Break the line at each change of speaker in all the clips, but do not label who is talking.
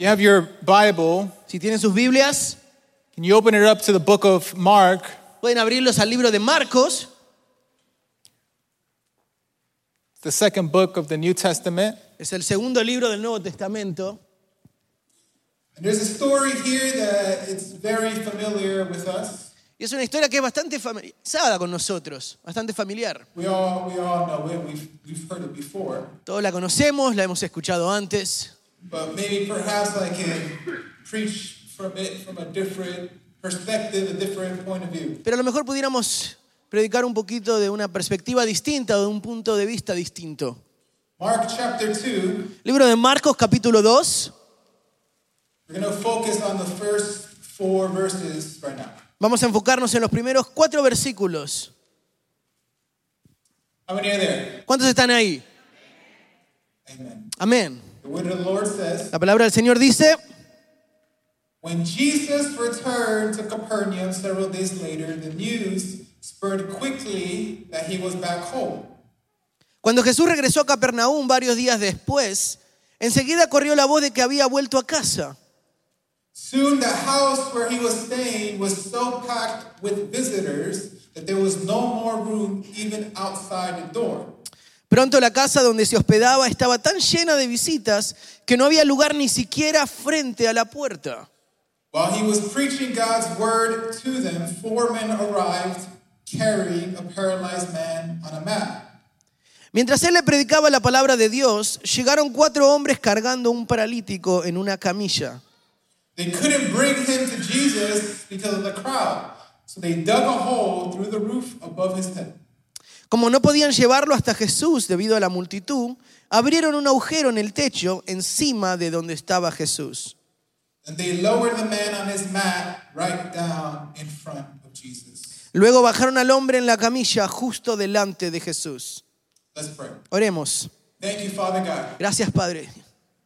You have your Bible.
Si tienen sus Biblias,
Can you open it up to the book of Mark,
pueden abrirlos al libro de Marcos,
the second book of the New Testament?
es el segundo libro del Nuevo Testamento.
And there's a story here that it's very familiar with us.
Y es una historia que es bastante familiarizada con nosotros, bastante familiar.
We all we all know it. We've we've heard it before.
Todos la conocemos, la hemos escuchado antes,
But maybe perhaps I can preach from it from a different perspective, a different point of view.
pero a lo mejor pudiéramos predicar un poquito de una perspectiva distinta o de un punto de vista distinto.
Mark chapter 2,
Libro de Marcos capítulo 2,
we're going to focus on the first four verses right now.
vamos a enfocarnos en los primeros cuatro versículos.
How many are there?
¿Cuántos están ahí?
Amen.
Amén.
The word of the Lord says,
La palabra del Señor dice,
When Jesus returned to Capernaum several days later, the news spread quickly that he was back home.
Cuando Jesús regresó a Capernaum varios días después, enseguida corrió la voz de que había vuelto a casa.
Soon the house where he was staying was so packed with visitors that there was no more room even outside the door.
Pronto la casa donde se hospedaba estaba tan llena de visitas que no había lugar ni siquiera frente a la puerta.
While he was preaching God's word to them, four men arrived carrying a paralyzed man on a mat.
Mientras él le predicaba la palabra de Dios, llegaron cuatro hombres cargando un paralítico en una camilla.
They couldn't bring him to Jesus because of the crowd, so they dug a hole through the roof above his head.
Como no podían llevarlo hasta Jesús debido a la multitud, abrieron un agujero en el techo encima de donde estaba Jesús.
And they lowered the man on his mat right down in front of Jesus.
Luego bajaron al hombre en la camilla justo delante de Jesús.
Let's pray.
Oremos.
Thank you, Father God.
Gracias, Padre.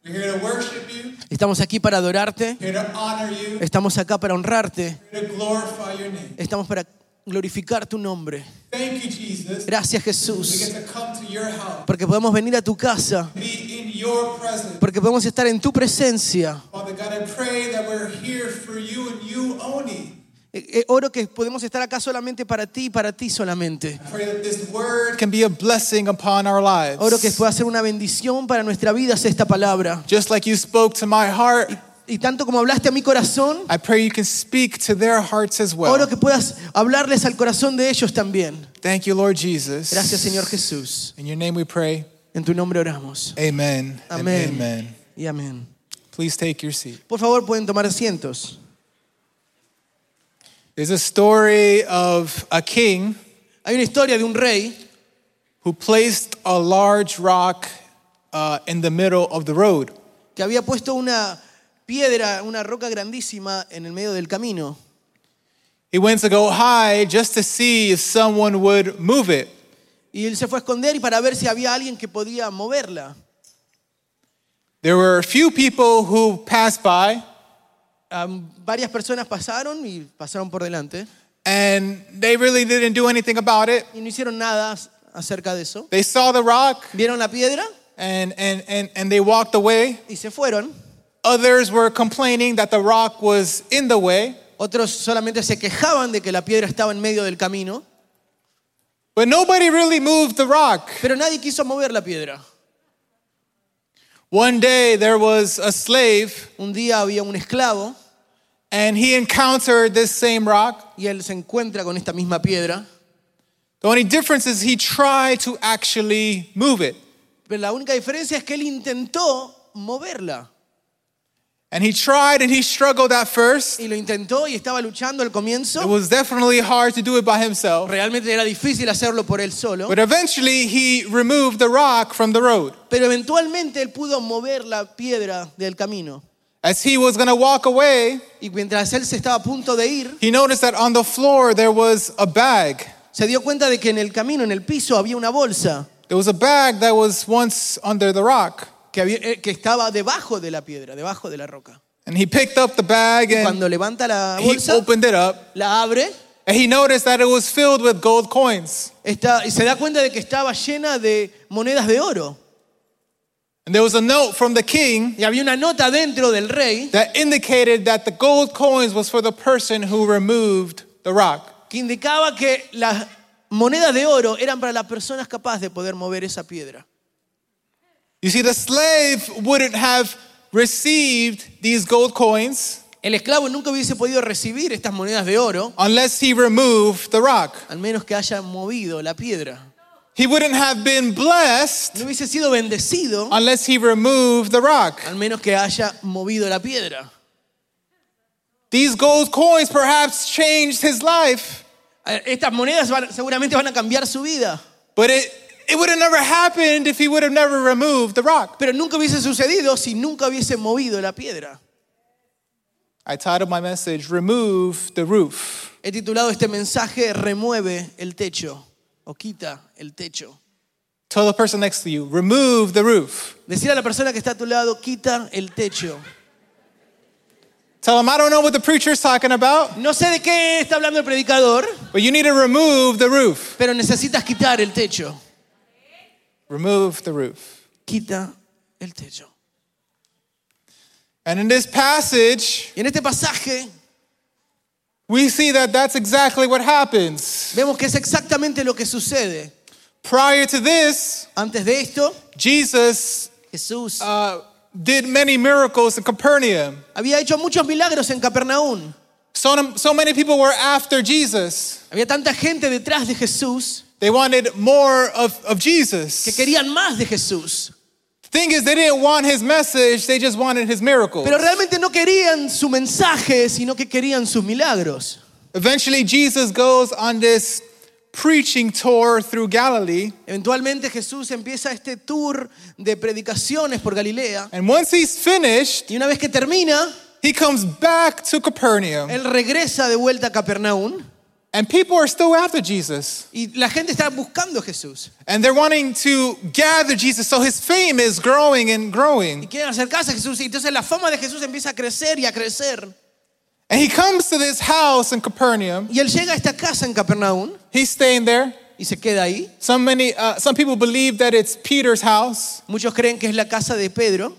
We're here to worship you.
Estamos aquí para adorarte.
here to honor you,
Estamos acá para honrarte.
here to glorify your name.
Estamos para glorificar tu nombre.
Thank you, Jesus.
Gracias,
We
Jesús.
get to come to your house,
Porque podemos venir a tu casa.
be in your presence.
Porque podemos estar en tu presencia.
Father God, I pray that we're here for you and you only.
Eh, eh, Oro que podemos estar acá solamente para ti y para ti solamente.
I pray that this word
Can be a blessing upon our
Oro que
lives.
pueda ser una bendición para nuestra vida sea esta palabra.
Just like you spoke to my heart,
Y tanto como hablaste a mi corazón,
I pray you can speak to their hearts as
oro
well.
que puedas hablarles al corazón de ellos también.
Thank you, Lord Jesus.
Gracias, Señor Jesús.
In your name we pray.
En tu nombre oramos.
Amen. and
Amén.
Amen.
Y amén.
Please take your seat.
Por favor, pueden tomar asientos.
There's a story of a king
Hay una historia de un rey
who placed a large rock uh, in the middle of the road.
que había puesto una piedra, una roca grandísima en el medio del camino.
He went to go high just to see if someone would move it.
Y él se fue a esconder y para ver si había alguien que podía moverla.
There were a few people who passed by,
Am, varias personas pasaron y pasaron por delante
and they really didn't do anything about it.
y no hicieron nada ac- acerca de eso.
They saw the rock
Vieron la piedra
and, and, and, and they walked away.
y se fueron.
Others were complaining that the rock was in the way,
Otros solamente se quejaban de que la piedra estaba en medio del camino,
but nobody really moved the rock.
pero nadie quiso mover la piedra.
One day there was a slave,
Un día había un esclavo
and he encountered this same rock.
y él se encuentra con esta misma piedra.
The only difference is he tried to actually move it,
Pero la única diferencia es que él intentó moverla.
and he tried and he struggled at first.
Y lo intentó y estaba luchando al
It
comienzo.
was definitely hard to do it by himself.
Realmente era difícil hacerlo por él solo.
But eventually he removed the rock from the road.
Pero eventualmente él pudo mover la piedra del camino.
As he was going to walk away,
Y mientras él se estaba a punto de ir,
he noticed that on the floor there was a bag.
se dio cuenta de que en el camino, en el piso, había una bolsa
There was a bag that was once under the rock.
que, había- eh, que estaba debajo de la piedra, debajo de la roca.
And he picked up the bag and
Cuando levanta la
he
bolsa,
opened it up.
la abre
And he noticed that it was filled with gold coins.
está- y se da cuenta de que estaba llena de monedas de oro.
And there was a note from the king
Y había una nota dentro del rey
that indicated that the gold coins was for the person who removed the rock.
que indicaba que las monedas de oro eran para las personas capaces de poder mover esa piedra.
You see, the slave wouldn't have received these gold coins
El esclavo nunca hubiese podido recibir estas monedas de oro
unless he removed the rock.
al menos que haya movido la piedra.
He wouldn't have been blessed
No hubiese sido bendecido
unless he removed the rock.
al menos que haya movido la piedra.
These gold coins perhaps changed his life,
Eh, Estas monedas van- seguramente van a cambiar su vida,
but it, it would have never happened if he would have never removed the rock.
pero nunca hubiese sucedido si nunca hubiese movido la piedra.
I titled my message, Remove the Roof.
He titulado este mensaje Remueve el techo o quita el techo.
Tell the person next to you, remove the roof.
Decir a la persona que está a tu lado, quita el techo.
Tell them, I don't know what the preacher's talking about,
No sé de qué está hablando el predicador,
but you need to remove the roof.
pero necesitas quitar el techo.
Remove the roof.
Quita el techo.
And in this passage,
Y en este pasaje
we see that that's exactly what happens.
vemos que es exactamente lo que sucede.
Prior to this,
Antes de esto,
Jesus
Jesús
uh, did many miracles in Capernaum.
había hecho muchos milagros en Capernaum.
So, so many people were after Jesus.
Había tanta gente detrás de Jesús
They wanted more of, of
que
Jesus.
querían más de Jesús.
Thing is, they didn't want his message, they just wanted his miracles.
Pero realmente no querían su mensaje, sino que querían sus milagros.
Eventually, Jesus goes on this preaching tour through Galilee.
Eventualmente Jesús empieza este tour de predicaciones por Galilea.
And once he's finished,
Y una vez que termina,
he comes back to Capernaum.
él regresa de vuelta a Capernaum.
And people are still after Jesus.
Y la gente está buscando a Jesús.
And they're wanting to gather Jesus. So his fame is growing and
Y
growing.
quieren acercarse a Jesús. Y entonces la fama de Jesús empieza a crecer y a crecer.
And he comes to this house in Capernaum.
Y él llega a esta casa en Capernaum
He's staying there.
y se queda ahí.
Some, many, uh, some people believe that it's Peter's house.
Muchos creen que es la casa de Pedro.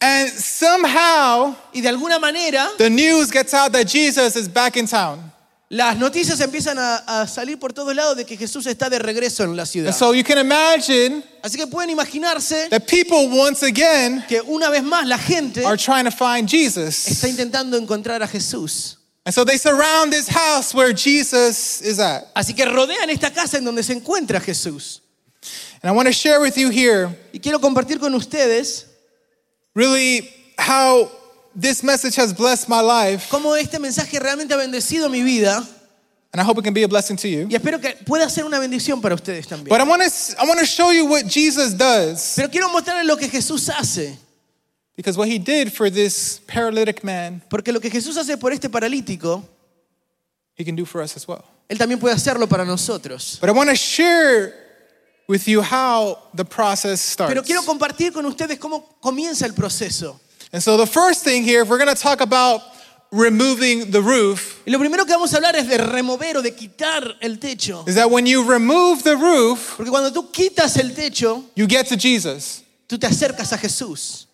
And somehow
Y de alguna manera
the news gets out that Jesus is back in town.
las noticias empiezan a, a salir por todos lados de que Jesús está de regreso en la
And
ciudad.
so you can imagine
Así que pueden imaginarse
that people once again
que una vez más la gente
are trying to find Jesus.
está intentando encontrar a Jesús.
And so they surround this house where Jesus is at.
Así que rodean esta casa en donde se encuentra Jesús.
And I want to share with you here
Y quiero compartir con ustedes
really how this message has blessed my life.
cómo este mensaje realmente ha bendecido mi vida
And I hope it can be a blessing to you.
y espero que pueda ser una bendición para ustedes también.
But I want to, I want to show you what Jesus does.
Pero quiero mostrarles lo que Jesús hace,
Because what he did for this paralytic man,
porque lo que Jesús hace por este paralítico,
he can do for us as well.
Él también puede hacerlo para nosotros.
But I want to share with you how the process starts.
Pero quiero compartir con ustedes cómo comienza el proceso.
And so the first thing here, if we're going to talk about removing the roof,
Y lo primero que vamos a hablar es de remover o de quitar el techo.
is that when you remove the roof,
Porque cuando tú quitas el techo,
you get to Jesus.
tú te acercas a Jesús.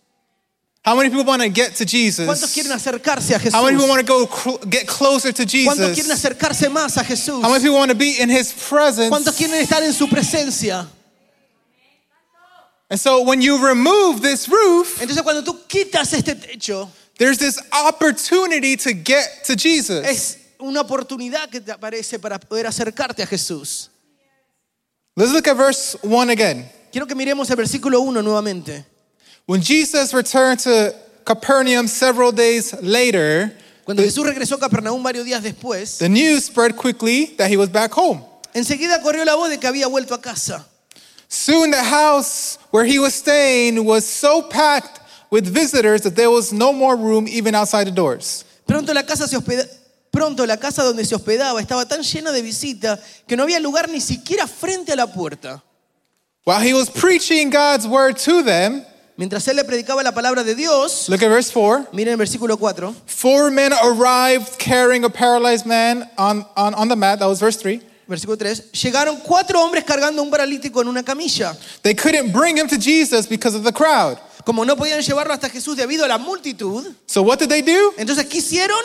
How many people want to get to
¿Cuántos quieren
Jesus?
acercarse a Jesús?
How many people want to go cl- get closer to
¿Cuántos
Jesus?
quieren acercarse más a Jesús?
How many people want to be in his
¿Cuántos
presence?
quieren estar en su presencia?
And so when you remove this roof,
Entonces cuando tú quitas este techo,
there's this opportunity to get to Jesus.
es una oportunidad que te aparece para poder acercarte a Jesús.
Let's look at verse 1 again.
Quiero que miremos el versículo 1 nuevamente.
When Jesus returned to Capernaum several days later,
Cuando Jesús regresó a Capernaum varios días después,
the news spread quickly that he was back home.
enseguida corrió la voz de que había vuelto a casa.
Soon the house where he was staying was so packed with visitors that there was no more room even outside the doors.
Pronto la casa se hospeda- Pronto la casa donde se hospedaba estaba tan llena de visita que no había lugar ni siquiera frente a la puerta.
While he was preaching God's word to them,
Mientras él le predicaba la palabra de Dios,
look at verse 4.
miren el versículo 4,
Four men arrived carrying a paralyzed man on, on, on the mat. That was verse 3.
versículo 3, llegaron cuatro hombres cargando un paralítico en una camilla.
They couldn't bring him to Jesus because of the crowd.
Como no podían llevarlo hasta Jesús debido a la multitud,
So what did they do?
entonces ¿qué hicieron?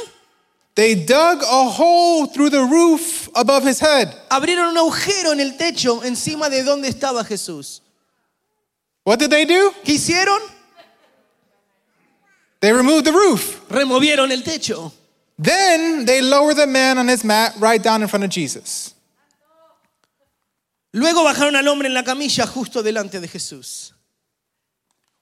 They dug a hole through the roof above his head.
Abrieron un agujero en el techo encima de donde estaba Jesús.
What did they do?
¿Qué hicieron?
They removed the roof.
Removieron el techo.
Then they lowered the man on his mat right down in front of Jesus.
Luego bajaron al hombre en la camilla justo delante de Jesús.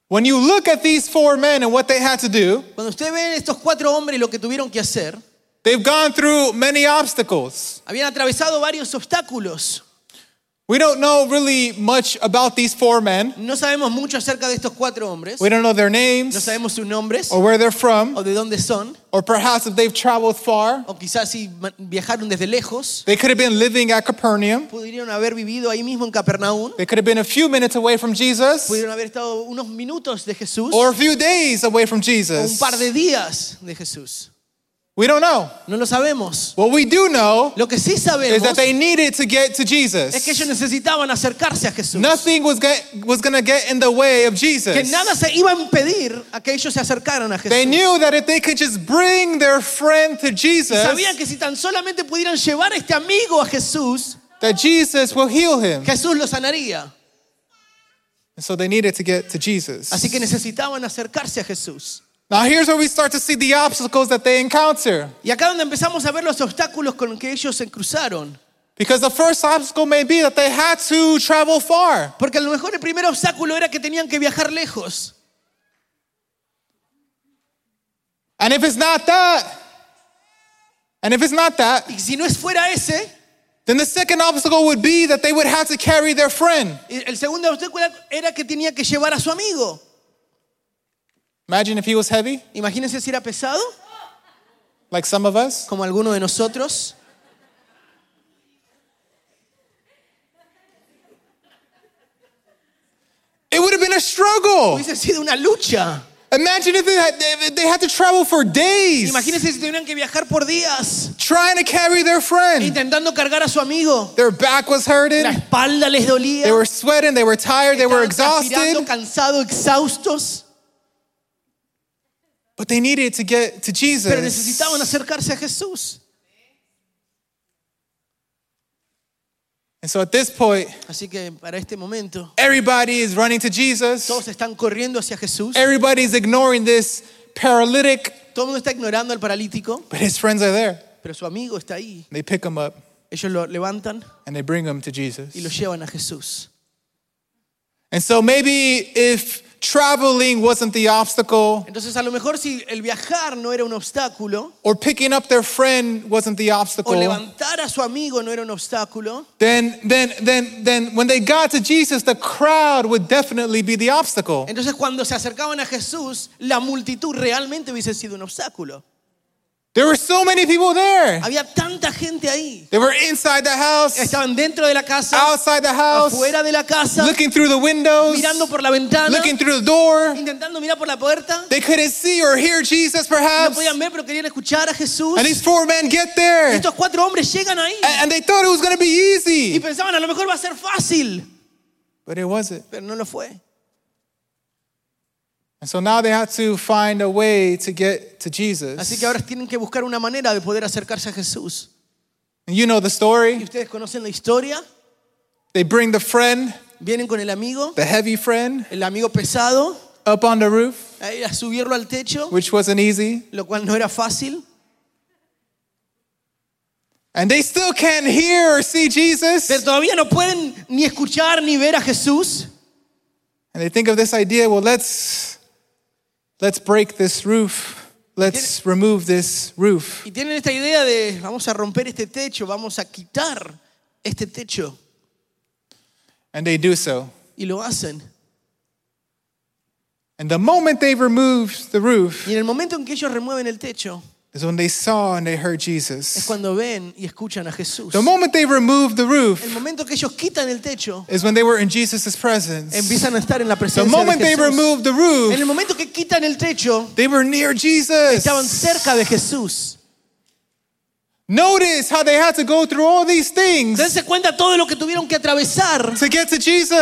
When you look at these four men and what they had to do,
Cuando usted ve estos cuatro hombres lo que tuvieron que hacer,
they've gone through many obstacles.
habían atravesado varios obstáculos.
We don't know really much about these four men.
No sabemos mucho acerca de estos cuatro hombres.
We don't know their
No
names
sabemos sus nombres
or where they're from,
o de dónde son.
or perhaps if they've traveled far.
O quizás si ma- viajaron desde lejos,
They could have been living at Capernaum.
pudieron haber vivido ahí mismo en Capernaum.
They could have been a few minutes away from Jesus
Pudieron haber estado unos minutos de Jesús
or a few days away from
o un
Jesus.
par de días de Jesús.
We don't know.
No lo sabemos.
What we do know
Lo que sí
is that
sabemos
they needed to get to
es que
Jesus.
ellos necesitaban acercarse a Jesús.
Nothing was, get, was going to get in the way of
Que
Jesus.
nada se iba a impedir a que ellos se acercaran a
They
Jesús.
knew that if they could just bring their friend to Jesus,
Sabían que si tan solamente pudieran llevar a este amigo a Jesús,
that Jesus will heal him.
Jesús lo sanaría.
And so they needed to get to Jesus.
Así que necesitaban acercarse a Jesús.
Now here's where we start to see the obstacles that they encounter.
Y acá donde empezamos a ver los obstáculos con que ellos se cruzaron.
Because the first obstacle may be that they had to travel far.
Porque a lo mejor el primer obstáculo era que tenían que viajar lejos.
And if it's not that, and if it's not that,
Y si no es fuera ese,
then the second obstacle would be that they would have to carry their friend.
el segundo obstáculo era que tenía que llevar a su amigo.
Imagine if he was heavy,
Imagínense si era pesado,
like some of us.
como alguno de nosotros.
It would have been a struggle.
Hubiese sido una lucha.
Imagine if they had, if they had to travel for days
Imagínense si tuvieran que viajar por días
trying to carry their friend.
intentando cargar a su amigo.
Their back was hurting.
La espalda les dolía.
They were sweating. They were tired. They were
Estaban transpirando,
exhausted.
cansados, exhaustos,
But they needed to get to
pero
Jesus.
necesitaban acercarse a Jesús.
And so at this point,
Así que para este momento,
everybody is running to Jesus.
todos están corriendo hacia Jesús.
Eh. Everybody's ignoring this paralytic,
Todo el mundo está ignorando al paralítico,
but his friends are there.
pero su amigo está ahí.
They pick him up
Ellos lo levantan
and they bring him to
y lo
Jesus.
llevan a Jesús.
And so maybe if traveling wasn't the obstacle
Entonces, a lo mejor si el viajar no era un obstáculo,
or picking up their friend wasn't the
o
obstacle,
levantar a su amigo no era un obstáculo,
then then then then when they got to Jesus, the crowd would definitely be the obstacle.
entonces cuando se acercaban a Jesús, la multitud realmente hubiese sido un obstáculo.
There were so many people there.
Había tanta gente ahí.
They were inside the house,
Estaban dentro de la casa,
outside the house,
afuera de la casa,
looking through the windows,
mirando por la ventana,
looking through the door.
intentando mirar por la puerta.
They couldn't see or hear Jesus,
No
perhaps.
podían ver, pero querían escuchar a Jesús.
And "Eh, these four men get there, and,
Estos cuatro hombres llegan ahí
and they thought it was going to be
y
easy,
pensaban, a lo mejor va a ser fácil,
but it wasn't.
pero no lo fue.
And so now they had to find a way to get to
Así
Jesus.
que ahora tienen que buscar una manera de poder acercarse a Jesús.
And you know the
Y
story.
ustedes conocen la historia,
They bring the friend,
vienen con el amigo,
the heavy friend,
el amigo pesado,
up on the roof,
a ir a subirlo al techo,
which wasn't easy.
lo cual no era fácil,
And they still can't hear or see Jesus.
pero
And
todavía no pueden ni escuchar ni ver a Jesús.
they think of this idea, well, let's let's break this roof. Let's remove this roof.
Y tienen esta idea de, vamos a romper este techo, vamos a quitar este techo.
And they do so.
Y lo hacen.
And the moment they removed the roof
Y en el momento en que ellos remueven el techo,
is when they saw and they heard
es
Jesus.
cuando ven y escuchan a Jesús.
The moment they removed the
El
roof
momento que ellos quitan el techo,
is when they were in Jesus' presence.
empiezan a estar en la
The
presencia
moment
de
they
Jesús.
removed the
En el
roof,
momento que quitan el techo,
they were near
estaban
Jesus.
cerca de Jesús.
Notice how they had to go through all these things
Dense cuenta todo lo que tuvieron que atravesar
to get to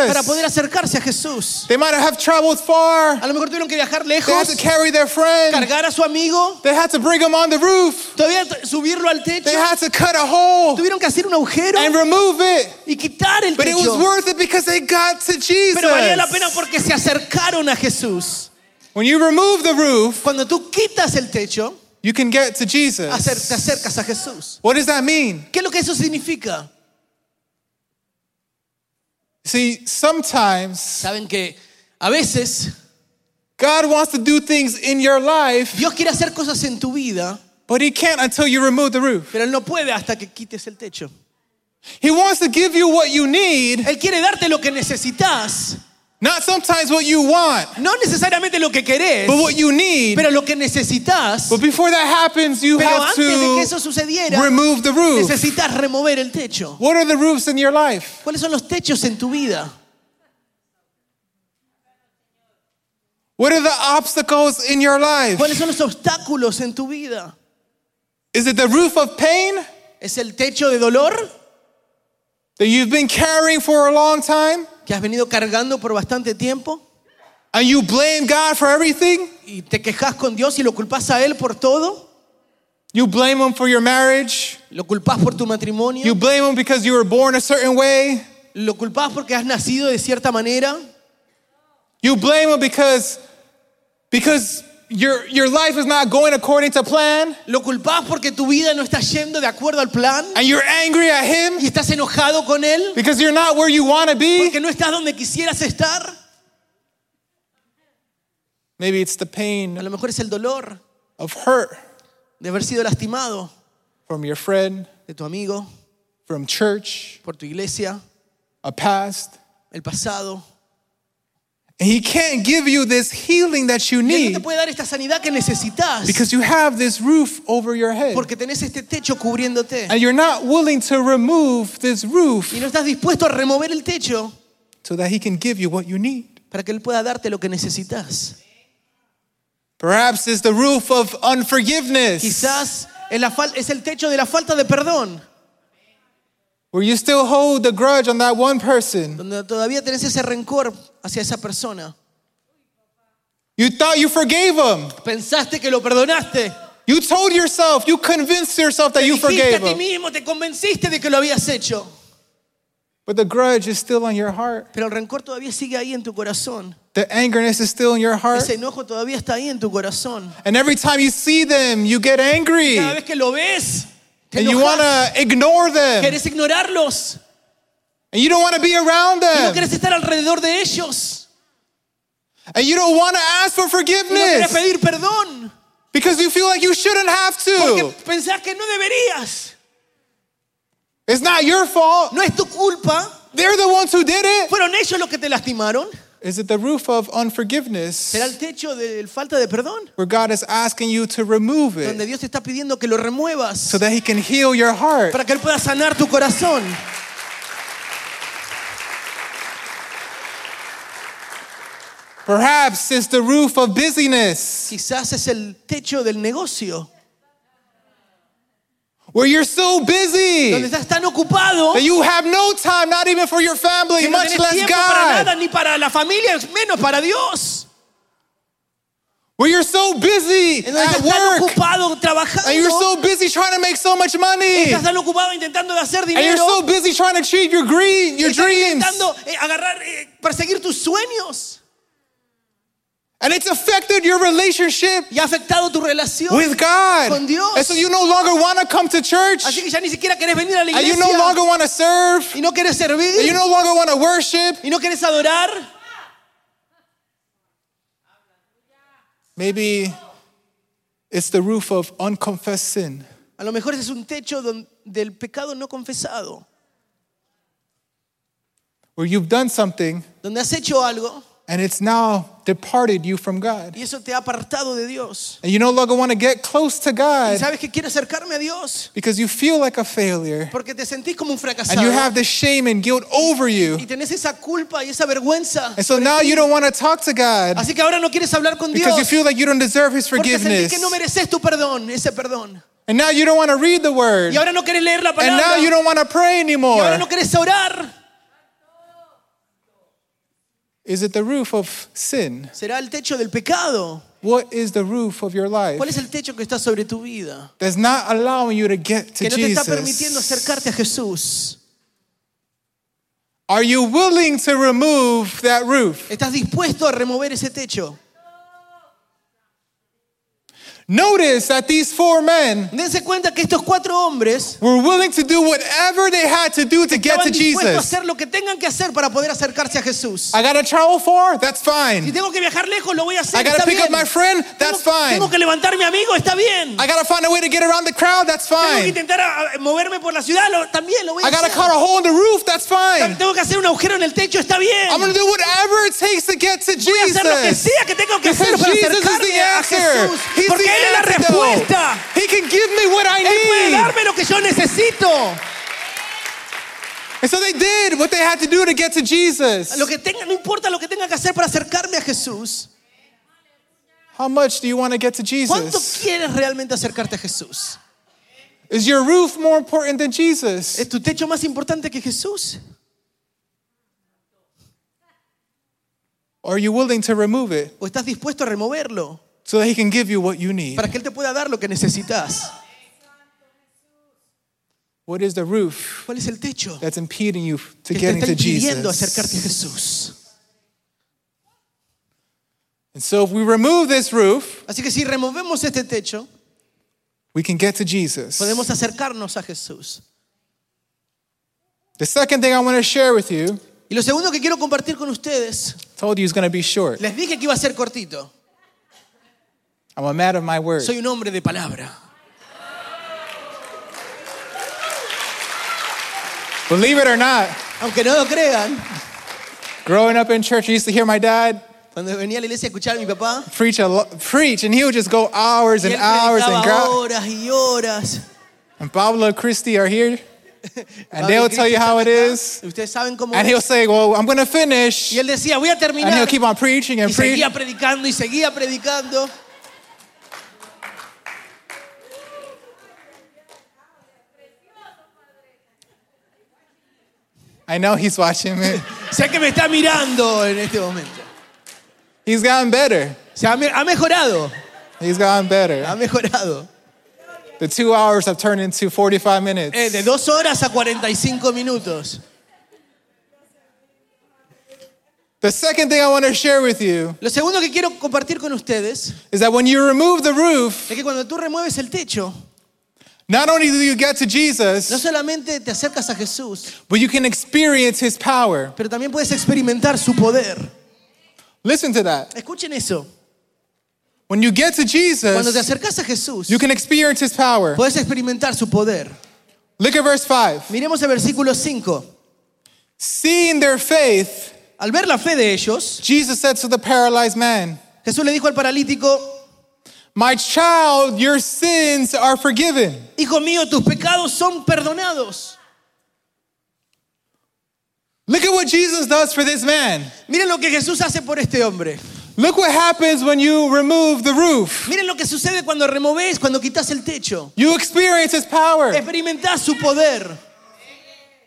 para poder
Jesus.
acercarse a Jesús.
They might have traveled far.
A lo mejor tuvieron que viajar
They
lejos,
had to carry their friend.
cargar a su amigo,
They had to bring him on the roof.
todavía t- subirlo al techo.
They had to cut a hole
Tuvieron que hacer un agujero
and remove it.
y quitar el
But it was
techo.
worth it because they got to Jesus.
Pero valía la pena porque se acercaron a Jesús.
When you remove the roof,
Cuando tú quitas el techo,
you can get to
acer- te
Jesus.
acercas a Jesús.
What does that mean?
¿Qué es lo que eso significa?
See, sometimes
Saben que a veces
God wants to do things in your life,
Dios quiere hacer cosas en tu vida,
but He can't until you remove the roof.
pero Él no puede hasta que quites el techo.
He wants to give you what you need,
Él quiere darte lo que necesitas,
not sometimes what you want,
no necesariamente lo que querés,
but what you need.
pero lo que necesitas.
But before that happens, you
Pero
have
antes de que eso
to
sucediera,
remove the roof.
necesitas remover el techo.
What are the roofs in your life?
¿Cuáles son los techos en tu vida?
What are the obstacles in your life?
¿Cuáles son los obstáculos en tu vida?
Is it the roof of pain
¿Es el techo de dolor
that you've been carrying for a long time
que has venido cargando por bastante tiempo?
and you blame God for everything?
¿Y te quejas con Dios y lo culpas a Él por todo?
You blame Him for your marriage.
¿Lo culpas por tu
You
matrimonio?
blame Him because you were born a certain way.
¿Lo culpas porque has nacido de cierta manera?
You blame him because because your your life is not going according to plan
¿Lo culpas porque tu vida no está yendo de acuerdo al plan?
and you're angry at him
¿Y estás enojado con Él?
because you're not where you want to be.
¿Porque no estás donde quisieras estar?
Maybe it's the
A
pain
lo mejor es el dolor
of hurt
de haber sido lastimado
from your friend,
de tu amigo,
from church,
por tu iglesia,
a past.
el pasado.
And he can't give you this healing that you
Y Él no
need
te puede dar esta sanidad que necesitas
because you have this roof over your head.
porque tenés este techo cubriéndote
And you're not willing to remove this
y
roof
no estás dispuesto a remover el techo
so that he can give you what you need.
para que Él pueda darte lo que necesitas.
Perhaps it's the roof of unforgiveness.
Quizás es, la fal- es el techo de la falta de perdón,
Where you still hold the grudge on that one person.
donde todavía tenés ese rencor hacia esa persona.
You thought you forgave him.
Pensaste que lo perdonaste.
You told yourself, you convinced yourself that you
Dijiste
forgave
a ti
him.
mismo, te convenciste de que lo habías hecho.
But the grudge is still on your heart.
Pero el rencor todavía sigue ahí en tu corazón.
The angerness is still in your heart.
Ese enojo todavía está ahí en tu corazón.
And every time you see them, you get angry.
Cada vez que lo ves, te
And you
enojas,
want to ignore them.
querés ignorarlos,
And you don't want to be around
y no
them.
querés estar alrededor de ellos,
And you don't want to ask for
y no querés
forgiveness.
pedir perdón,
Because you feel like you shouldn't have
porque
to.
pensás que no deberías.
It's not your fault.
No es tu culpa,
They're the ones who did it.
fueron ellos los que te lastimaron.
Is it the roof of unforgiveness
Será el techo de falta de perdón,
where God is asking you to remove it?
donde Dios te está pidiendo que lo remuevas
so that he can heal your heart.
para que Él pueda sanar tu corazón.
Perhaps it's the roof of busyness
Quizás es el techo del negocio,
where you're so
donde
busy
estás tan ocupado
that you have no time, not even for your family,
que no
much
tenés
less
tiempo para nada,
God.
ni para la familia, menos para Dios.
Where you're so busy
En donde
at
estás tan
work
ocupado trabajando.
and you're so busy trying to make so much money and
Estás tan ocupado intentando de hacer
you're
dinero.
so busy trying to achieve your green, your
Estás
dreams.
intentando eh, agarrar, eh, perseguir tus sueños.
And it's affected your relationship
Y ha afectado tu relación.
with God.
Con Dios.
And so you no longer want to come to church
Así que ya ni siquiera querés venir a la
and you
iglesia.
no longer want to serve
y no querés servir.
and you no longer want to worship.
y no querés adorar.
Maybe it's the roof of unconfessed sin.
A lo mejor ese es un techo don- del pecado no confesado.
where you've done something
Donde has hecho algo
and it's now departed you from God.
y eso te ha apartado de Dios.
And you no longer want to get close to
Y
God
sabes que quiero acercarme a Dios.
because you feel like a failure
Porque te sentís como un
and
fracasado.
you have the shame and guilt over
y
you.
tenés esa culpa y esa vergüenza.
And so now you don't want to talk to God
Así que ahora no quieres hablar con Dios.
because you feel like you don't deserve His
Porque sentís
forgiveness.
que no mereces tu perdón, ese perdón.
And now you don't want to read the word.
Y ahora no querés leer la
And now
palabra.
you
Y
don't want to pray
ahora
anymore.
no querés orar.
Is it the roof of sin?
Será el techo del pecado.
What is the roof of your life
¿Cuál es el techo que está sobre tu vida?
that's not allowing you to get to
Que no te está permitiendo
Jesus?
acercarte a Jesús.
Are you willing to remove that roof?
¿Estás dispuesto a remover ese techo?
Notice that these four men
Dense cuenta que estos cuatro hombres
were willing to do whatever they had to do to get to
estaban dispuestos a
Jesus.
hacer lo que tengan que hacer para poder acercarse a Jesús.
I gotta travel far? That's
Si
fine.
tengo que viajar lejos, lo voy a hacer.
I gotta
está
pick up
bien.
my friend?
Tengo-
That's fine.
Tengo que levantar a mi amigo, está bien.
I gotta find a way to get around the crowd? That's
Tengo que
fine.
intentar a- a moverme por la ciudad, lo- también lo voy a
I gotta
hacer.
cut a hole in the roof? That's fine.
Tengo que hacer un agujero en el techo, está bien.
I'm gonna do whatever it takes to get to
Voy a hacer lo que
Jesus.
sea que tengo que
Because
hacer para
Jesus is
acercarme
the
a
answer.
Jesús.
He's
Porque
the
Él es la
antidote.
respuesta.
He can give me what I
Él puede
need.
darme lo que yo necesito.
And so they did what they had to do to get to Jesus.
Lo que tenga, no importa lo que tenga que hacer para acercarme a Jesús.
How much do you want to get to
¿Cuánto
Jesus?
quieres realmente acercarte a Jesús?
Is your roof more important than Jesus?
¿Es tu techo más importante que Jesús?
Or are you willing to remove it
¿O estás dispuesto a removerlo
so that He can give you what you need?
para que Él te pueda dar lo que necesitas?
What is the roof
¿Cuál es el techo
that's impeding you to
que te
getting
está
to
impidiendo acercarte a
Jesus?
Jesús?
And so if we remove this roof,
Así que si removemos este techo,
we can get to Jesus.
podemos acercarnos a Jesús.
The second thing I want to share with you,
Y lo segundo que quiero compartir con ustedes,
told you it's going to be short.
les dije que iba a ser cortito.
I'm a man of my word.
Soy un hombre de palabra.
Believe it or not,
Aunque no lo crean,
growing up in church, I used to hear my dad
cuando venía a la iglesia a escuchar a mi papá,
preach a lo- preach, and he would just go hours
y él
and hours and
predicaba
go.
horas y horas.
And Pablo and Christy are here, and
Pablo
they'll
y
tell you
Cristo
how it
están acá,
is.
y Ustedes saben cómo.
And
es.
he'll say, "Well, I'm going to finish,"
Y él decía, voy a
and he'll
terminar.
keep on preaching
Y
and preaching.
seguía predicando y seguía predicando.
I know he's watching me.
Sé que me está mirando en este momento.
He's gotten better.
O sea, ha me- ha mejorado.
He's gotten
Ha
better.
mejorado.
The two hours have turned into 45
Eh, de
minutes.
dos horas a 45 minutos.
The second thing I want to share with you
Lo segundo que quiero compartir con ustedes
is that when you remove the roof,
es que cuando tú remueves el techo,
not only do you get to
no
Jesus,
solamente te acercas a Jesús,
but you can experience his power.
pero también puedes experimentar su poder.
Listen to that.
Escuchen eso.
When you get to
Cuando te
Jesus,
acercas a Jesús,
you can experience his power.
puedes experimentar su poder.
Look at verse 5.
Miremos el versículo 5.
Seeing their faith,
Al ver la fe de ellos,
Jesus said to the paralyzed man,
Jesús le dijo al paralítico,
My child, your sins are forgiven.
Hijo mío, tus pecados son perdonados.
Look at what Jesus does for this man.
Miren lo que Jesús hace por este hombre.
Look what happens when you remove the roof.
Miren lo que sucede cuando removés, cuando quitas el techo.
You experience his power.
Experimentás su poder.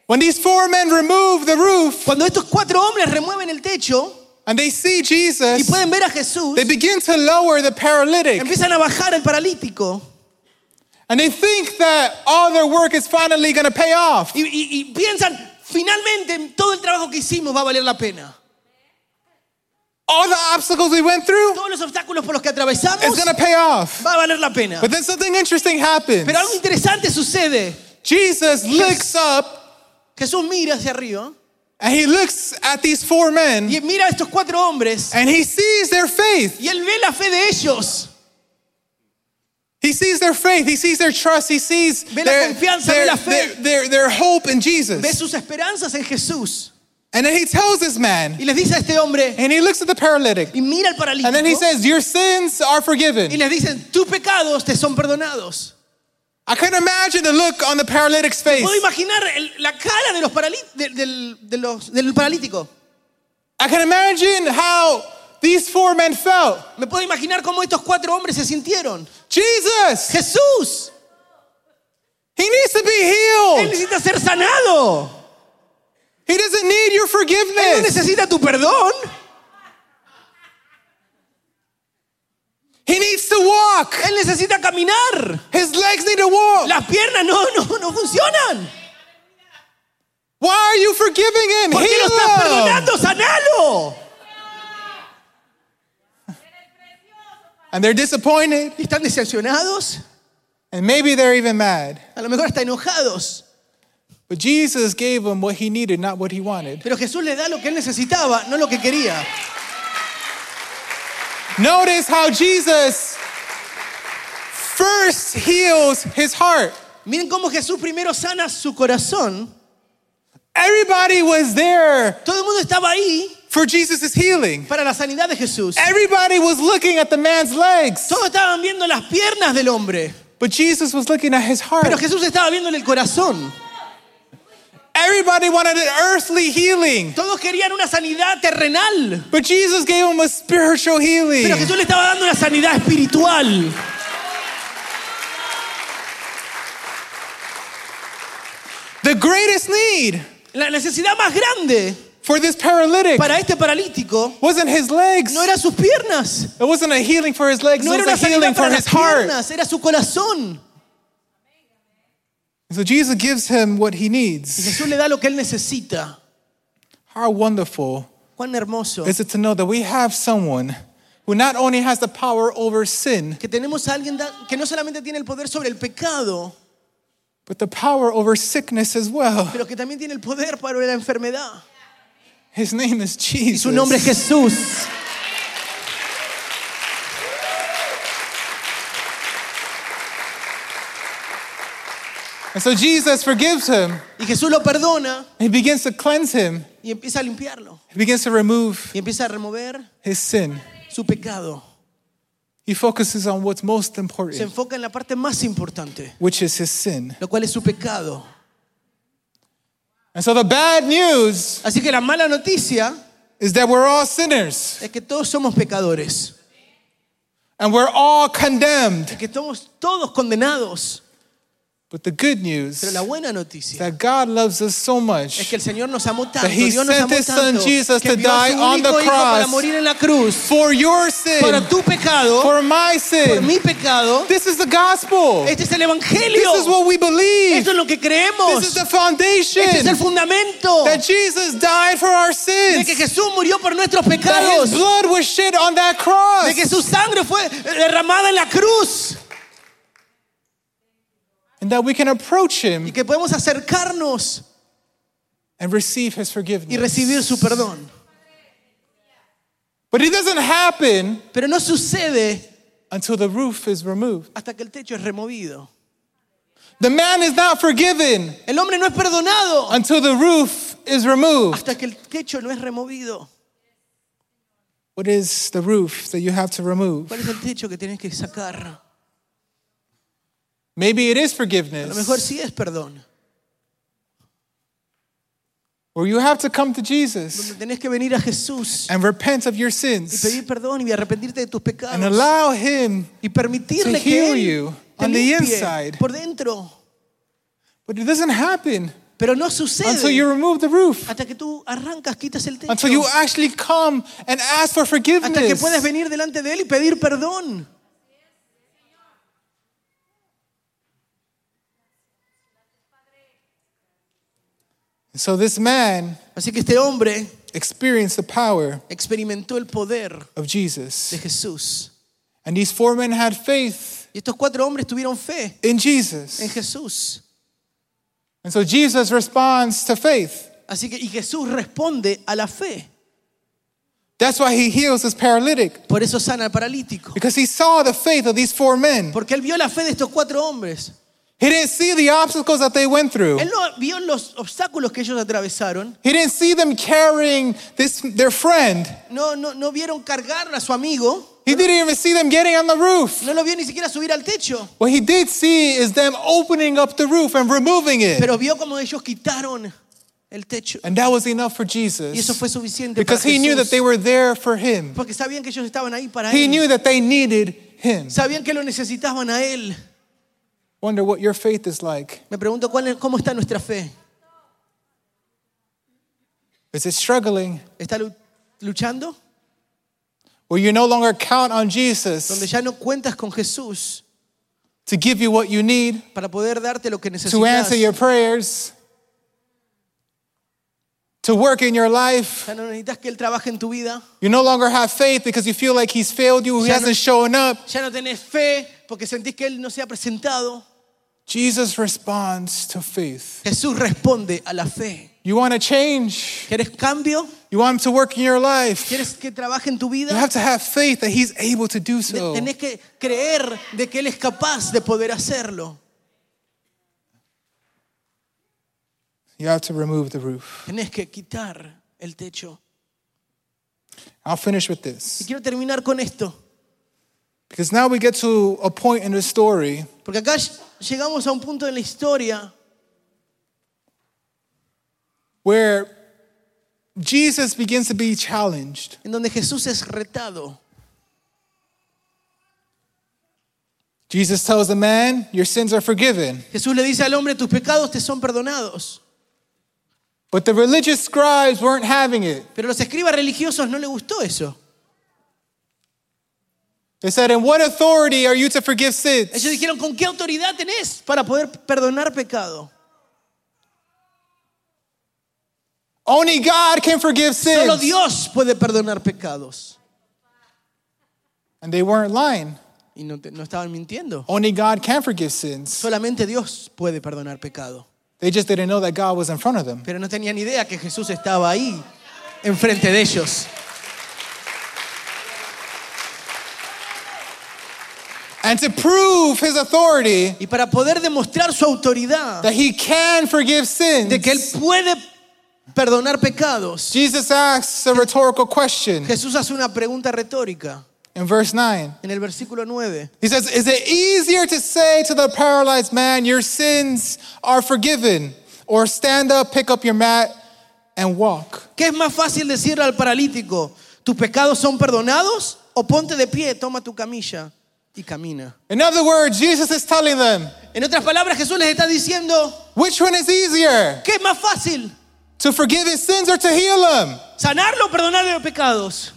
When these four men remove the roof
Cuando estos cuatro hombres remueven el techo
and they see
y
Jesus,
pueden ver a Jesús,
they begin to lower the paralytic.
empiezan a bajar al paralítico
And they think that all their work is finally going to pay off.
y, y- y piensan, finalmente todo el trabajo que hicimos va a valer la pena.
All the obstacles we went through
Todos los obstáculos por los que atravesamos
is going to pay off.
va a valer la pena.
But then something interesting happens.
Pero algo interesante sucede.
Jesus looks up
Jesús mira hacia arriba
and he looks at these four men
y mira a estos cuatro hombres
and he sees their faith.
y él ve la fe de ellos.
He sees their faith. He sees their trust. He sees
Ve la
their,
confianza, ve
their,
la fe.
their, their, their hope in
ve
Jesus.
sus esperanzas en Jesús.
And then he tells this man
Y les dice a este hombre,
and he looks at the paralytic
y mira al paralítico,
and then he says, Your sins are
y
forgiven.
les dicen, tus pecados te son perdonados.
I couldn't imagine the look on the paralytic's face.
Puedo imaginar el- la cara de los parali- de- del, de los- del paralítico.
I can imagine how these four men felt.
Me puedo imaginar cómo estos cuatro hombres se sintieron.
Jesus,
Jesús,
He needs to be
Él
healed.
necesita ser sanado.
He doesn't need your
Él no
forgiveness.
necesita tu perdón.
He needs to walk.
Él necesita caminar.
His legs need to walk.
Las piernas no, no, no funcionan.
Why are you forgiving him?
¿Por qué lo estás
Heal him.
perdonando? ¡Sanalo!
And they're disappointed.
Y están decepcionados.
And maybe they're even mad.
A lo mejor hasta enojados.
But Jesus gave him what he needed, not what he wanted.
Pero Jesús les da lo que él necesitaba, no lo que quería.
Notice how Jesus first heals his heart.
Miren cómo Jesús primero sana su corazón.
Everybody was there
Todo el mundo estaba ahí
for Jesus' healing.
para la sanidad de Jesús.
Everybody was looking at the man's legs,
Todos estaban viendo las piernas del hombre.
but Jesus was looking at his
Pero
heart.
Jesús estaba viéndole el corazón.
Everybody wanted an earthly healing,
Todos querían una sanidad terrenal.
but Jesus gave him a spiritual
Pero
healing.
Jesús le estaba dando una sanidad espiritual.
The greatest need
La necesidad más grande
for this paralytic
para este paralítico
wasn't his legs,
no eran sus piernas.
it wasn't a healing for his legs, it
No era
was
una
a
sanidad
healing
para
for
las
his heart.
piernas, era su corazón.
So Jesus gives him what he
Y
needs.
Jesús le da lo que él necesita.
How wonderful
Cuán hermoso.
is it to know that we have someone who not only has the power over sin,
Que tenemos a alguien da- que no solamente tiene el poder sobre el pecado,
but the power over sickness as well.
pero que también tiene el poder para la enfermedad.
His name is
Y su nombre es
Jesus.
Jesús.
And so Jesus forgives him.
Y Jesús lo perdona
He begins to cleanse him.
y empieza a limpiarlo.
He begins to remove
Y empieza a remover
his sin.
su pecado.
He focuses on what's most
Se
important,
enfoca en la parte más importante,
which is his sin.
lo cual es su pecado.
And so the bad news
Así que la mala noticia
is that we're all sinners
es que todos somos pecadores.
and we're all condemned.
Que estamos todos condenados.
But the good news
Pero la buena noticia
is that God loves us so
Es
much
que el Señor nos amó tanto,
That he
Dios nos
sent
amó
his son
tanto,
Jesus
que
to
envió a su
die on
único
the
hijo para
cross.
morir en la cruz
for your sin,
para tu pecado,
for my
por
sin.
mi pecado.
This is the gospel.
Este es el evangelio.
This is what we believe.
Esto es lo que
This is
creemos.
the
Este es el
foundation
fundamento
that Jesus died for our
de que
sins.
Jesús murió por nuestros
That
pecados,
his blood was shed on that
de que
cross.
su sangre fue derramada en la cruz
And that we can approach
y
him
que podemos acercarnos
and receive his
y
forgiveness.
recibir su perdón.
But it doesn't happen
Pero no sucede
until the roof is removed.
hasta que el techo es removido.
The man is not forgiven
El hombre no es perdonado
until the roof is removed.
hasta que el techo no es removido.
What is the roof that you have to remove?
¿Cuál es el techo que tienes que sacar?
Maybe it is
A lo mejor
forgiveness,
sí es perdón.
or you have to come to Jesus
Donde tenés que venir a Jesús
and repent of your
y
sins
pedir perdón y arrepentirte de tus pecados.
and allow Him.
y permitirle
to
que
heal
Él
you
te
on the
limpie
inside.
por dentro.
But it doesn't happen
Pero no sucede
until you remove the roof,
hasta que tú arrancas, quitas el techo.
until you actually come and ask for
hasta que puedes
forgiveness.
venir delante de Él y pedir perdón.
So this man
Así que este hombre
experienced the power
experimentó el poder
of
de
Jesus.
Jesús.
And these four men had faith
Y estos cuatro hombres tuvieron fe
in
en
Jesus.
Jesús.
And so Jesus responds to faith.
Así que y Jesús responde a la fe.
That's why he heals this paralytic,
Por eso sana al paralítico.
because he saw the faith of these four men.
Porque él vio la fe de estos cuatro hombres.
He didn't see the obstacles that they went through.
Él no vio los obstáculos que ellos atravesaron.
He didn't see them carrying this, their friend.
No, no, no vieron cargar a su amigo.
He didn't even see them getting on the roof.
No lo vio ni siquiera subir al techo.
What he did see is them opening up the roof and removing it.
Pero vio como ellos quitaron el techo.
And that was enough for
Y eso fue
Jesus
suficiente para
because he knew that they
Jesús.
were there for him.
Porque sabían que ellos estaban ahí para
He
él.
knew that they needed him.
Sabían que lo necesitaban a él.
wonder what your faith is like.
Me pregunto cuál es- cómo está nuestra fe.
Is it struggling?
¿Está lu- luchando?
Where you no longer count on
Donde
Jesus
ya no cuentas con Jesús
to give you what you need,
para poder darte lo que
to
necesitas.
answer your prayers, to work in your life.
Ya no necesitas que Él trabaje en tu vida.
You no longer have faith because you feel like He's failed you, He
Ya no-
hasn't shown up.
Ya no tenés fe porque sentís que Él no se ha presentado.
Jesus responds to faith.
Jesús responde a la fe.
You want to change,
¿Quieres cambio?
you want Him to work in your life. You
¿Quieres que trabaje en tu vida?
have to have faith that He's able to do
Te-
so.
Tenés que creer de que Él es capaz de poder hacerlo.
You have to remove the roof.
Tenés que quitar el techo.
I'll finish with
Y
this
quiero terminar con esto.
because now we get to a point in the story
Porque acá ll- llegamos a un punto en la historia
where Jesus begins to be challenged.
en donde Jesús es retado.
Jesus tells the man, Your sins are forgiven.
Jesús le dice al hombre, tus pecados te son perdonados.
But the religious scribes weren't having it.
Pero los escribas religiosos no le gustó eso.
They said, In what authority are you to forgive sins?
Ellos dijeron, ¿con qué autoridad tenés para poder perdonar pecado?
Only God can forgive
Solo
sins.
Dios puede perdonar pecados.
And they weren't lying.
Y no, te- no estaban mintiendo.
Only God can forgive sins.
Solamente Dios puede perdonar pecado.
They just didn't know that God was in front of them.
Pero no tenían idea que Jesús estaba ahí, enfrente de ellos.
And to prove his authority
Y para poder demostrar su autoridad,
that he can forgive
de que Él
sins,
puede perdonar pecados,
Jesus asks a rhetorical question
Jesús hace una pregunta retórica
in verse 9.
en el versículo 9.
He says, Is it easier to say to the paralyzed man, Your sins are forgiven? Or stand up, pick up your mat, and walk?
¿Qué es más fácil decirle al paralítico, tus pecados son perdonados? O ponte de pie, toma tu camilla y camina.
In other words, Jesus is telling them,
En otras palabras, Jesús les está diciendo,
Which one is easier,
¿qué es más fácil?
to forgive his sins or to heal him?
¿Sanarlo o perdonarle los pecados?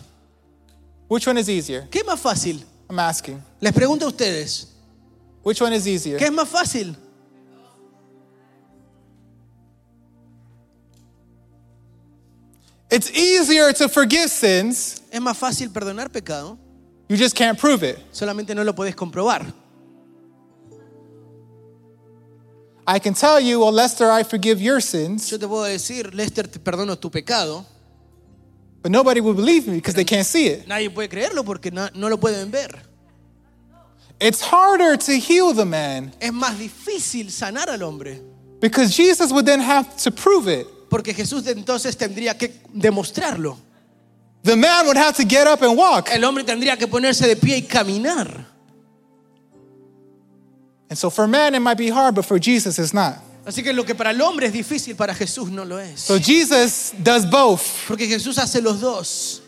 Which one is easier?
¿Qué es más fácil?
I'm asking.
Les pregunto a ustedes,
Which one is easier?
¿qué es más fácil?
It's easier to forgive sins,
Es más fácil perdonar pecado,
you just can't prove it.
solamente no lo podés comprobar.
I can tell you, well, Lester, I forgive your sins,
Yo te puedo decir, Lester, te perdono tu pecado.
but nobody will believe me because they can't see it.
Nadie puede creerlo porque no, no lo pueden ver.
It's harder to heal the man
Es más difícil sanar al hombre
because Jesus would then have to prove it.
porque Jesús de entonces tendría que demostrarlo.
The man would have to get up and walk.
El hombre tendría que ponerse de pie y caminar.
And so for man, it might be hard, but for Jesus, it's not.
Así que lo que para el hombre es difícil, para Jesús no lo es.
So Jesus does both.
Porque Jesús hace los dos.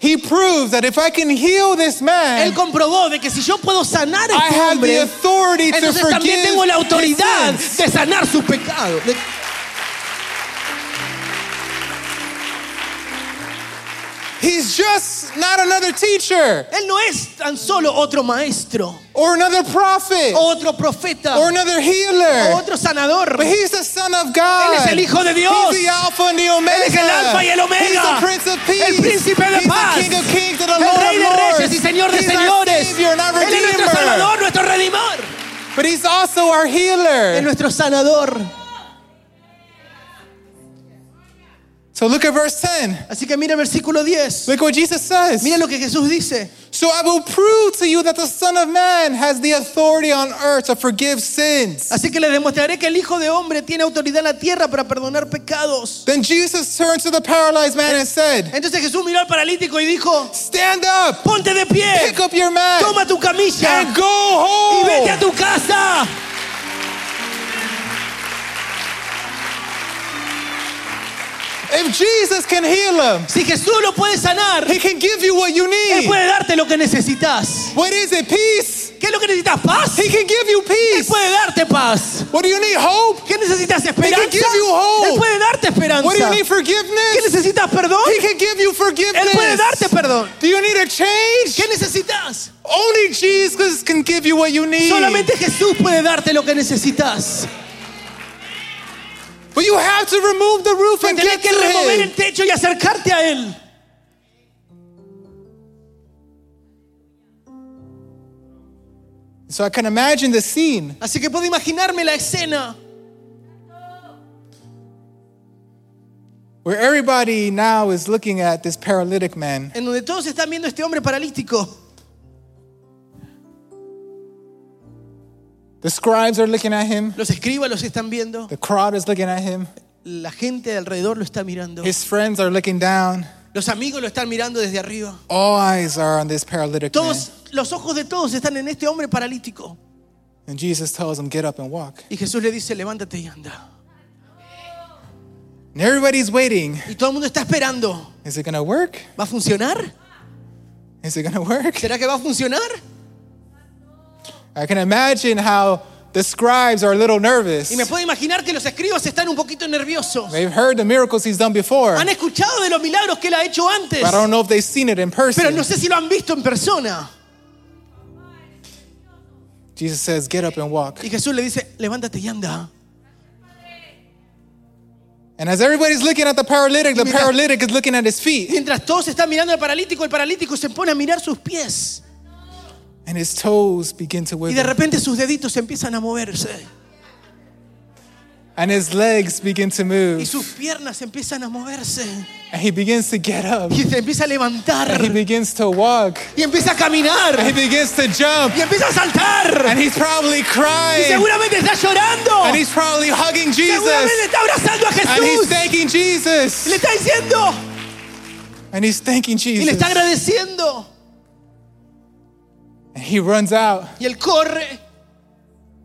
He proves that if I can heal this
Él
man,
comprobó de que si yo puedo sanar a
I
este
have the
hombre,
authority to
entonces también tengo la
forgive
autoridad
his sins.
de sanar su pecado. De-
He's just not another teacher
Él no es tan solo otro maestro,
or another prophet
otro profeta,
or another healer.
otro sanador.
But he's the son of God.
Él es el Hijo de Dios.
He's the Alpha and the Omega.
Él es el Alfa y el Omega.
He's the Prince of Peace.
El Príncipe de
he's
Paz.
the King of Kings and the
El
Lord
Rey de
of Lords.
Reyes y Señor de
he's
Señores.
Our Savior, not
Él es nuestro Salvador, nuestro Redimor.
But he's also our healer.
Es nuestro sanador.
So look at verse 10.
Así que mira el versículo 10.
Look what Jesus says.
Mira lo que Jesús dice.
So I will prove to you that the Son of Man has the authority on earth to forgive sins.
Así que les demostraré que el Hijo de Hombre tiene autoridad en la tierra para perdonar pecados.
Then Jesus turned to the paralyzed man and said,
Entonces Jesús miró al paralítico y dijo,
Stand up,
ponte de pie,
pick up your mat,
toma tu camilla
and go
y vete a
home.
tu casa.
If Jesus can heal him,
Si Jesús lo puede sanar,
he can give you what you
Él
need.
puede darte lo que necesitas.
What is it? Peace?
¿Qué es lo que necesitas? ¿Paz?
He can give you
Él
peace.
puede darte paz.
What do you need? Hope?
¿Qué necesitas? ¿Esperanza?
give you hope.
Él puede darte esperanza.
What do you need?
¿Qué
Forgiveness?
necesitas? ¿Perdón?
He can give you forgiveness.
Él puede darte perdón.
Do you need a change?
¿Qué necesitas?
Only Jesus can give you what you need.
Solamente Jesús puede darte lo que necesitas.
But you have to remove the roof
Te
and
tenés
get
que
to
remover
Him.
el techo y acercarte a Él.
So I can imagine the scene.
Así que puedo imaginarme la escena
where everybody now is looking at this paralytic man.
en donde todos están viendo a este hombre paralítico.
The scribes are looking at him,
Los escribas los están viendo.
the crowd is looking at him,
La gente de alrededor lo está mirando.
his friends are looking down.
Los amigos lo están mirando desde arriba.
All eyes are on this paralytic
Todos,
man.
los ojos de todos están en este hombre paralítico.
And Jesus tells him, Get up and walk.
Y Jesús le dice, levántate y anda.
And everybody's waiting.
Y todo el mundo está esperando.
Is it gonna work?
¿Va a funcionar?
Is it gonna work?
¿Será que va a funcionar?
I can imagine how the scribes are a little nervous.
Y me puedo imaginar que los escribas están un poquito nerviosos.
They've heard the miracles he's done before,
Han
but
escuchado de los milagros que él ha hecho antes.
I don't know if they've seen it in
Pero no
person.
sé si lo han visto en persona.
Jesus says, Get up and walk.
Y Jesús le dice, levántate y anda.
And as everybody's looking at the paralytic, the
Mira.
paralytic is looking at his feet,
Mientras todos están mirando al paralítico, el paralítico se pone a mirar sus pies.
and his toes begin to
Y de
wiggle.
repente sus deditos empiezan a moverse.
And his legs begin to
Y
move.
sus piernas empiezan a moverse.
And he begins to get up.
Y se empieza a levantar.
And he begins to walk.
Y empieza a
And he
caminar.
begins to jump.
Y empieza a
And
saltar.
he's probably
Y
crying.
seguramente está llorando.
And he's probably hugging
Seguramente
Jesus.
está abrazando a
And he's
Jesús.
thanking
Y le
Jesus.
está diciendo.
And he's thanking
Y le
Jesus.
está agradeciendo.
And he runs out.
Y él corre.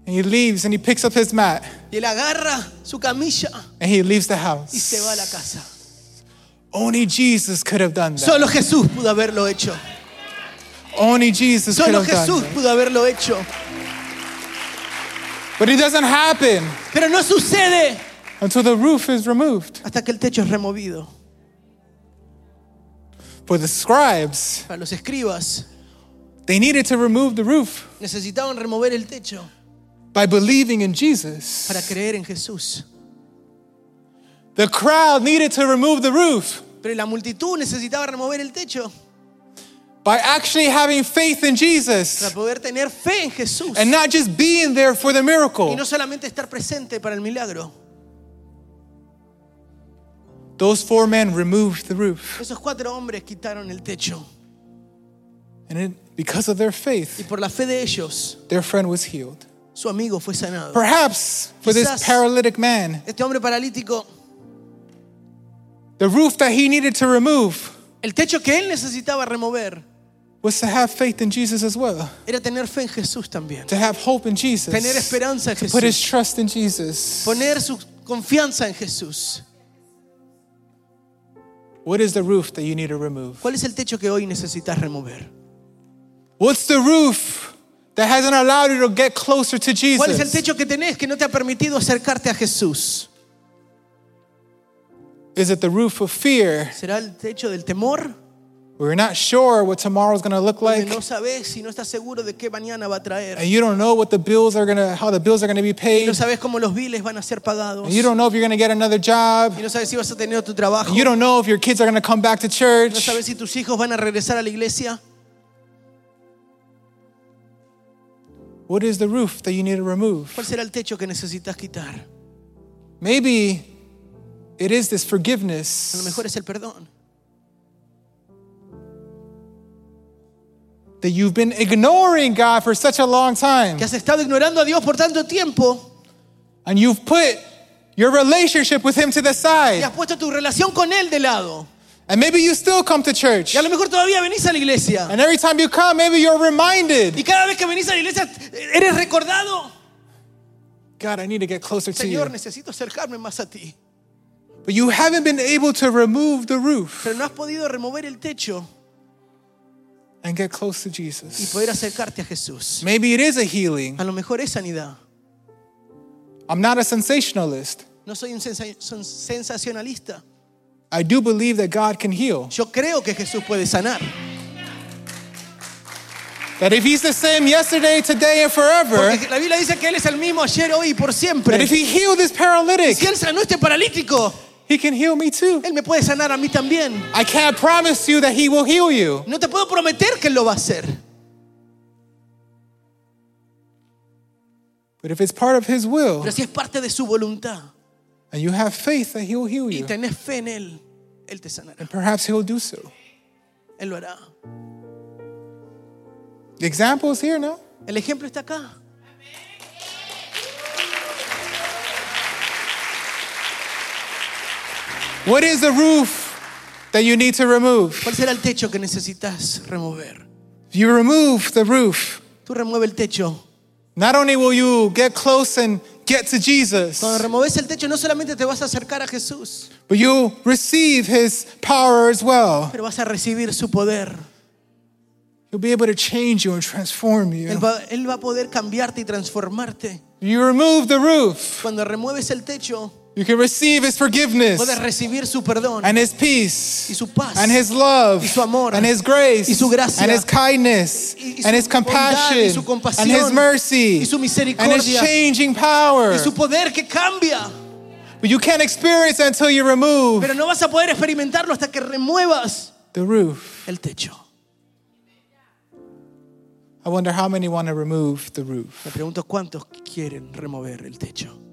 And he leaves. And he picks up his mat.
Y él agarra su camilla
And he leaves the
y se
house.
va a la casa.
Only Jesus could have done that.
Solo Jesús pudo haberlo hecho.
Only Jesus could
Solo
have done
Jesús
that.
pudo haberlo hecho.
But it doesn't happen
Pero no sucede
until the roof is removed.
hasta que el techo es removido.
For the scribes,
Para los escribas,
they needed to remove the roof
necesitaban remover el techo
by believing in Jesus.
para creer en Jesús.
The crowd needed to remove the roof
Pero la multitud necesitaba remover el techo
by actually having faith in
para
Jesus
poder tener fe en Jesús.
and not just being there for the
Y
miracle.
no solamente estar presente para el milagro.
Those four men removed the roof.
Esos cuatro hombres quitaron el techo.
And it, because of their
Y
faith,
por la fe de ellos,
their friend was healed.
su amigo fue sanado.
Perhaps for
Quizás.
this paralytic man,
Este hombre paralítico,
the roof that he needed to remove
el techo que él necesitaba remover
was to have faith in Jesus as well,
era tener fe en Jesús también.
to have hope in
Tener
Jesus,
esperanza en
to put his
Jesús.
trust in Jesus.
Poner su confianza en Jesús.
What is the roof that you need to remove?
¿Cuál es el techo que hoy necesitas remover?
What's the roof that hasn't allowed you to get closer to
¿Cuál es el
Jesus?
techo que tenés que no te ha permitido acercarte a Jesús?
Is it the roof of fear?
¿Será el techo del temor?
We're not sure what tomorrow's gonna look
Porque
like,
no sabes y no estás seguro de qué mañana va a
and
traer.
you don't know what the bills are gonna, how the bills are gonna be
Y no
paid.
sabes cómo los biles van a ser pagados.
And you don't know if you're gonna get another job.
Y no sabes si vas a tener tu trabajo.
And you
No
don't know if your kids are gonna come back to church.
sabes si tus hijos van a regresar a la iglesia.
What is the roof that you need to remove?
¿Cuál será el techo que necesitas quitar?
Maybe it is this
A lo
forgiveness
mejor es el perdón.
that you've been ignoring God for such a long time,
Que has estado ignorando a Dios por tanto tiempo
and you've put your relationship with Him to the
y has
side.
puesto tu relación con Él de lado.
And maybe you still come to church.
Y a lo mejor todavía venís a la iglesia.
And every time you come, maybe you're reminded
Y cada vez que venís a la iglesia, eres recordado.
God, I need to get closer to you.
Señor, necesito acercarme más a ti.
But you haven't been able to remove the roof.
Pero no has podido remover el techo
and get close to
y
Jesus.
poder acercarte a Jesús.
Maybe it is a healing.
A lo mejor es sanidad.
I'm not a sensationalist.
No soy un sensa- son- sensacionalista.
I do believe that God can heal.
Yo creo que Jesús puede sanar.
That if He's the same yesterday, today, and forever,
Porque la Biblia dice que Él es el mismo ayer, hoy y por
that
siempre.
if He healed this
Si
paralytic,
Él sanó a este paralítico,
He can heal me too.
Él me puede sanar a mí también.
I can't promise you that He will heal you,
No te puedo prometer que Él lo va a hacer.
but if it's part of His will
Pero si es parte de su voluntad
and you have faith that He'll heal
y
you,
tenés fe en Él, Él te sanará.
perhaps He'll do so.
Él lo hará.
The example is here now.
El ejemplo está acá.
What is the roof that you need to remove?
¿Cuál será el techo que necesitas remover?
If you remove the roof,
Tú remueve el techo.
not only will you get close and get to Jesus,
Cuando removes el techo, no solamente te vas a acercar a Jesús,
but you'll receive His power as well.
pero vas a recibir su poder.
He'll be able to change you and transform you.
Él va, Él va a poder cambiarte y transformarte.
You remove the roof,
Cuando remueves el techo,
you can receive His
puedes
forgiveness
recibir su perdón
and His
y
peace
su paz
and His love
y su amor
and His
y
grace
su gracia
and His kindness
y- y
and
su
His
bondad y su
compassion
compasión
and His mercy
y su
and His
misericordia
changing power.
y su poder que cambia.
But you can't experience until you remove
Pero no vas a poder experimentarlo hasta que remuevas
the roof.
el techo.
I wonder how many want to remove the roof.
Me pregunto cuántos quieren remover el techo.